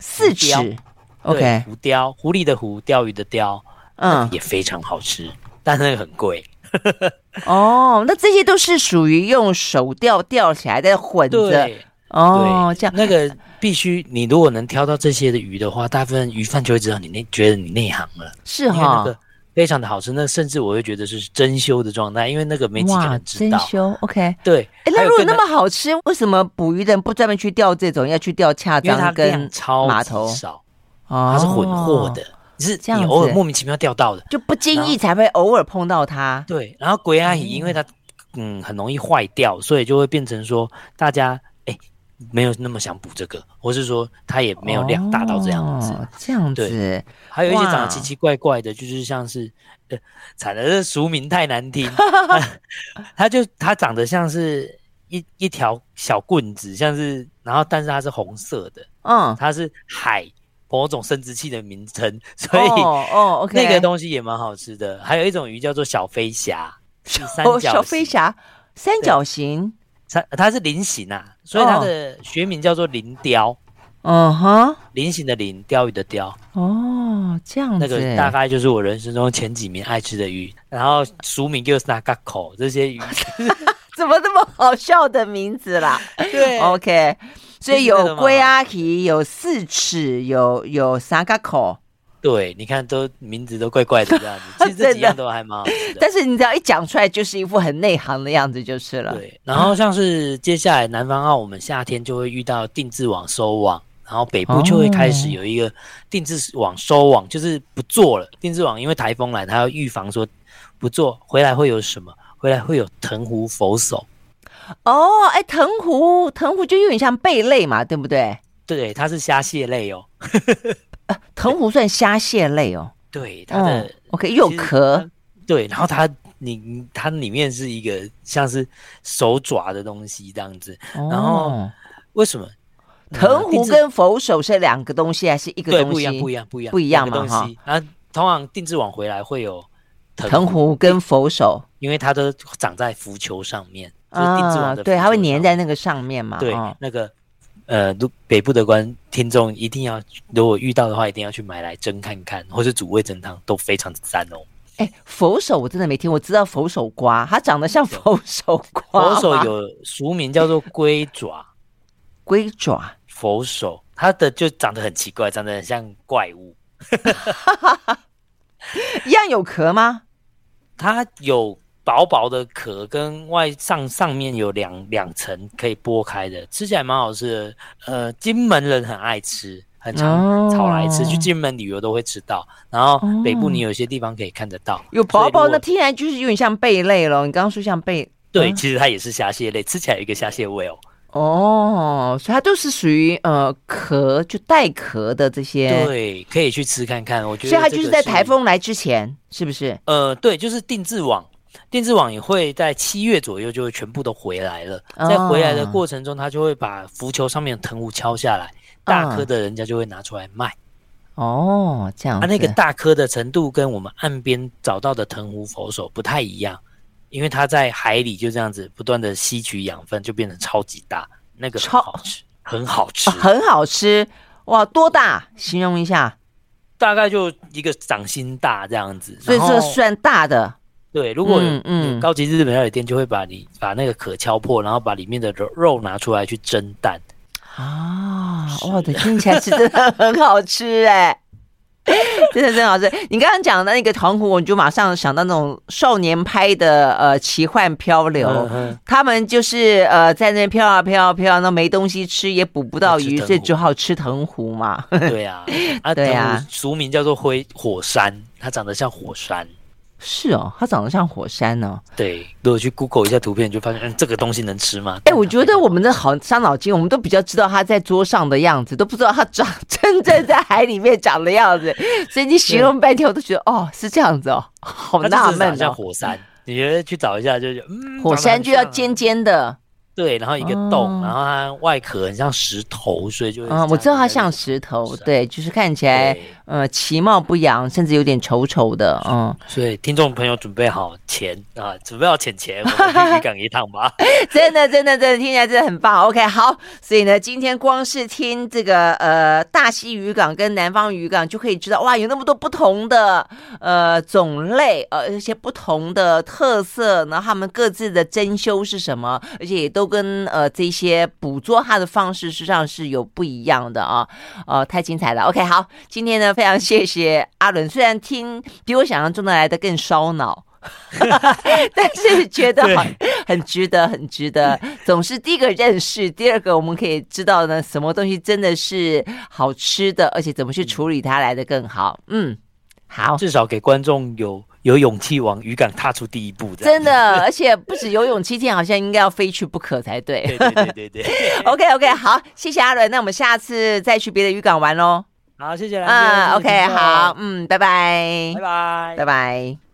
A: 四尺
B: 雕对
A: ，OK，
B: 湖雕，狐狸的狐，钓鱼的雕，
A: 嗯，
B: 也非常好吃，但那个很贵。
A: 哦，那这些都是属于用手钓钓起来的混着，
B: 对，
A: 哦，这样，
B: 那个必须，你如果能挑到这些的鱼的话，大部分鱼贩就会知道你内觉得你内行了，
A: 是
B: 因为
A: 哈
B: 那，个非常的好吃，那甚至我会觉得是真修的状态，因为那个没几个
A: 哇，
B: 人知
A: 真
B: 道。
A: 修，OK。
B: 对，
A: 哎，
B: 还
A: 那
B: 有
A: 如果
B: 更
A: 那
B: 难
A: 么好吃，为什么捕鱼人不专门去钓这种，要去钓恰
B: 因为它
A: 章
B: 量
A: 跟
B: 超
A: 码
B: 级
A: 头？
B: 少，
A: 哦
B: 它是混货的，是
A: 这样
B: 你
A: 子
B: 偶尔莫名其妙钓到的。
A: 就不经意才会偶尔碰到它。
B: 对，然后鬼阿
A: 哎
B: 姨因为它嗯很容易坏掉，所以就会变成说大家哎、没有那么想补这个，或是说它也没有量大到这样子。
A: 哦，这样子
B: 对还有一些长
A: 哇
B: 得奇奇怪怪的，就是像是呃，惨了，这俗名太 难听，它就它长得像是一一条小棍子，像是然后但是它是红色的，
A: 嗯，
B: 它是海某种生殖器的名称， 所以。
A: 哦哦，OK，
B: 那个东西也蛮好吃的，还有一种鱼叫做小飞侠，是三角
A: 哦，小飞
B: 形
A: 侠三角形，
B: 它它是菱形啊，所以它
A: 哦
B: 的学名叫做菱雕，
A: 嗯哼，
B: 菱形的菱，鲷鱼的鲷。
A: 哦，这样
B: 那
A: 子，
B: 个大概就是我人生中前几名爱吃的鱼，然后俗名就是那嘎口这 些鱼。
A: 怎么那么好笑的名字啦
B: 对
A: ？OK，所以
B: 就是那个
A: 有
B: 嘛
A: 龟阿奇，有四尺，有有沙嘎口，
B: 对，你看都名字都怪怪的这样子，其
A: 真
B: 实这
A: 的
B: 几样都还蛮好吃的。
A: 但是你只要一讲出来，就是一副很内行的样子就是了。
B: 对，然后像是接下来南方澳，我们夏天就会遇到定制网收网，然后北部就会开始有一个定制网收网，就是不做了。定制网因为台风来，它要预防说不做回来会有什么，回来会有藤壶佛手。
A: 哦，哎，藤壶，藤壶就有点像贝类嘛，对不对？
B: 对，它是虾蟹类哦。
A: 藤壶算虾蟹类哦。
B: 对，它的、
A: 嗯、OK 又有
B: 其实
A: 壳
B: 它，对，然后它你你它里面是一个像是手爪的东西这样子。
A: 然
B: 然后为什么？呃
A: 哦藤壶
B: 定制
A: 跟佛手是两个东西还是一个
B: 对
A: 东西？
B: 不一样，不一样，不一样，
A: 不一样
B: 两个
A: 嘛
B: 东西。然后通常定制网回来会有
A: 藤，壶跟佛手
B: 因为它都长在浮球上面，就是定制网
A: 啊，
B: 的浮球上面、
A: 对，它会粘在那个上面嘛。
B: 对、
A: 哦
B: 那个。呃，如北部的观听众一定要，如果遇到的话，一定要去买来蒸看看，或是煮味噌汤，都非常的赞 哦。
A: 哎，佛手我真的没听，我知道佛手瓜，它长得像佛手瓜，
B: 佛手有俗名叫做龟爪，
A: 龟爪，
B: 佛手，它的就长得很奇怪，长得很像怪物。
A: 一样有壳吗？
B: 它有薄薄的壳，跟外上上面有两两层可以剥开的，吃起来蛮好吃的。呃，金门人很爱吃，很
A: 哦
B: 常炒来吃，去金门旅游都会吃到。然后
A: 哦
B: 北部你有些地方可以看得到，
A: 有薄
B: 所以
A: 薄，
B: 如
A: 那
B: 果
A: 听起来就是有点像贝类咯。你刚刚说像贝，
B: 对，
A: 嗯
B: 其实它也是虾蟹类，吃起来有一个虾蟹味哦。
A: 哦，所以它都是属于呃壳，就带壳的这些。，
B: 对，可以去吃看看。我觉得
A: 所以它
B: 这
A: 就是
B: 个
A: 在台风来之前，是不是？
B: 呃，对，就是定制网，定制网也会在七月左右就会全部都回来了。
A: 哦
B: 在回来的过程中，它就会把浮球上面的藤壶敲下来，大颗
A: 嗯
B: 的人家就会拿出来卖。
A: 哦，这样
B: 它、
A: 子。
B: 啊那个大颗的程度跟我们岸边找到的藤壶佛手不太一样，因为它在海里就这样子不断的吸取养分，就变成超级大，那个很
A: 超 哦
B: 好吃，很好吃
A: 啊、。很好吃哇，多大？形容一下，
B: 大概就一个掌心大这样子。
A: 所以
B: 然
A: 这
B: 后
A: 算大的
B: 对，如果有
A: 嗯嗯
B: 有高级日本料理店就会把你把那个壳敲破，然后把里面的肉肉拿出来去蒸 蛋。
A: 啊！哇的，听起来是真的很好吃 哎、真的真好吃。你刚刚讲的那个糖葫芦，我就马上想到那种少年拍的呃奇幻漂流。
B: 嗯哼
A: 他们就是呃在那边飘啊飘啊飘，那没东西吃，也捕不到鱼，
B: 就吃藤壶
A: 所以只好吃藤壶嘛。
B: 对啊，啊，
A: 对啊
B: 藤壶俗名叫做灰火山，它长得像火山。
A: 是哦，它长得像火山哦。
B: 对，如果去 Google 一下图片，你就发现，嗯，这个东西能吃吗？
A: 哎、我觉得我们的好伤脑筋，我们都比较知道它在桌上的样子，都不知道它长真正在海里面长的样 子。所以你形容半天，我都觉得哦是这样子哦，好
B: 它
A: 纳
B: 就是长
A: 闷
B: 得像
A: 哦。
B: 火山。你觉得去找一下，就是嗯，
A: 火山就要
B: 长得很像啊
A: 尖尖的，
B: 对，然后一个
A: 哦
B: 洞，然后它外壳很像石头，所以就会
A: 嗯，我知道它像
B: 石
A: 石头，
B: 是啊
A: 对，就是看起来呃其貌不扬，甚至有点丑丑的，嗯。
B: 所以听众朋友准备好钱啊，准备好钱钱，我们去渔港一趟吧。
A: 真的，真的，真的，听起来真的很棒。OK，好，所以呢，今天光是听这个呃大溪渔港跟南方渔港，就可以知道哇，有那么多不同的呃种类，呃，而且不同的特色，然后他们各自的珍馐是什么，而且也都跟呃这些捕捉它的方式实际上是有不一样的啊。呃，太精彩了。OK，好，今天呢，非常谢谢阿伦，虽然听比我想象中的来的更烧 脑。但是觉得好很值得，很值得。总是第一个认识，第二个我们可以知道呢，什么东西真的是好吃的，而且怎么去处理它来的更好。嗯，好，
B: 至少给观众有有勇气往渔港踏出第一步，这样
A: 真。的，而且不止游泳七天，好像应该要非去不可才对
B: 对。对对对 对，
A: OK OK，好，谢谢阿伦，那我们下次再去别的渔港玩喽。
B: 好，谢谢蓝哥
A: 嗯
B: 谢谢
A: ，OK，
B: 听众
A: 好，嗯，拜拜
B: 拜，
A: 拜。
B: 拜
A: 拜。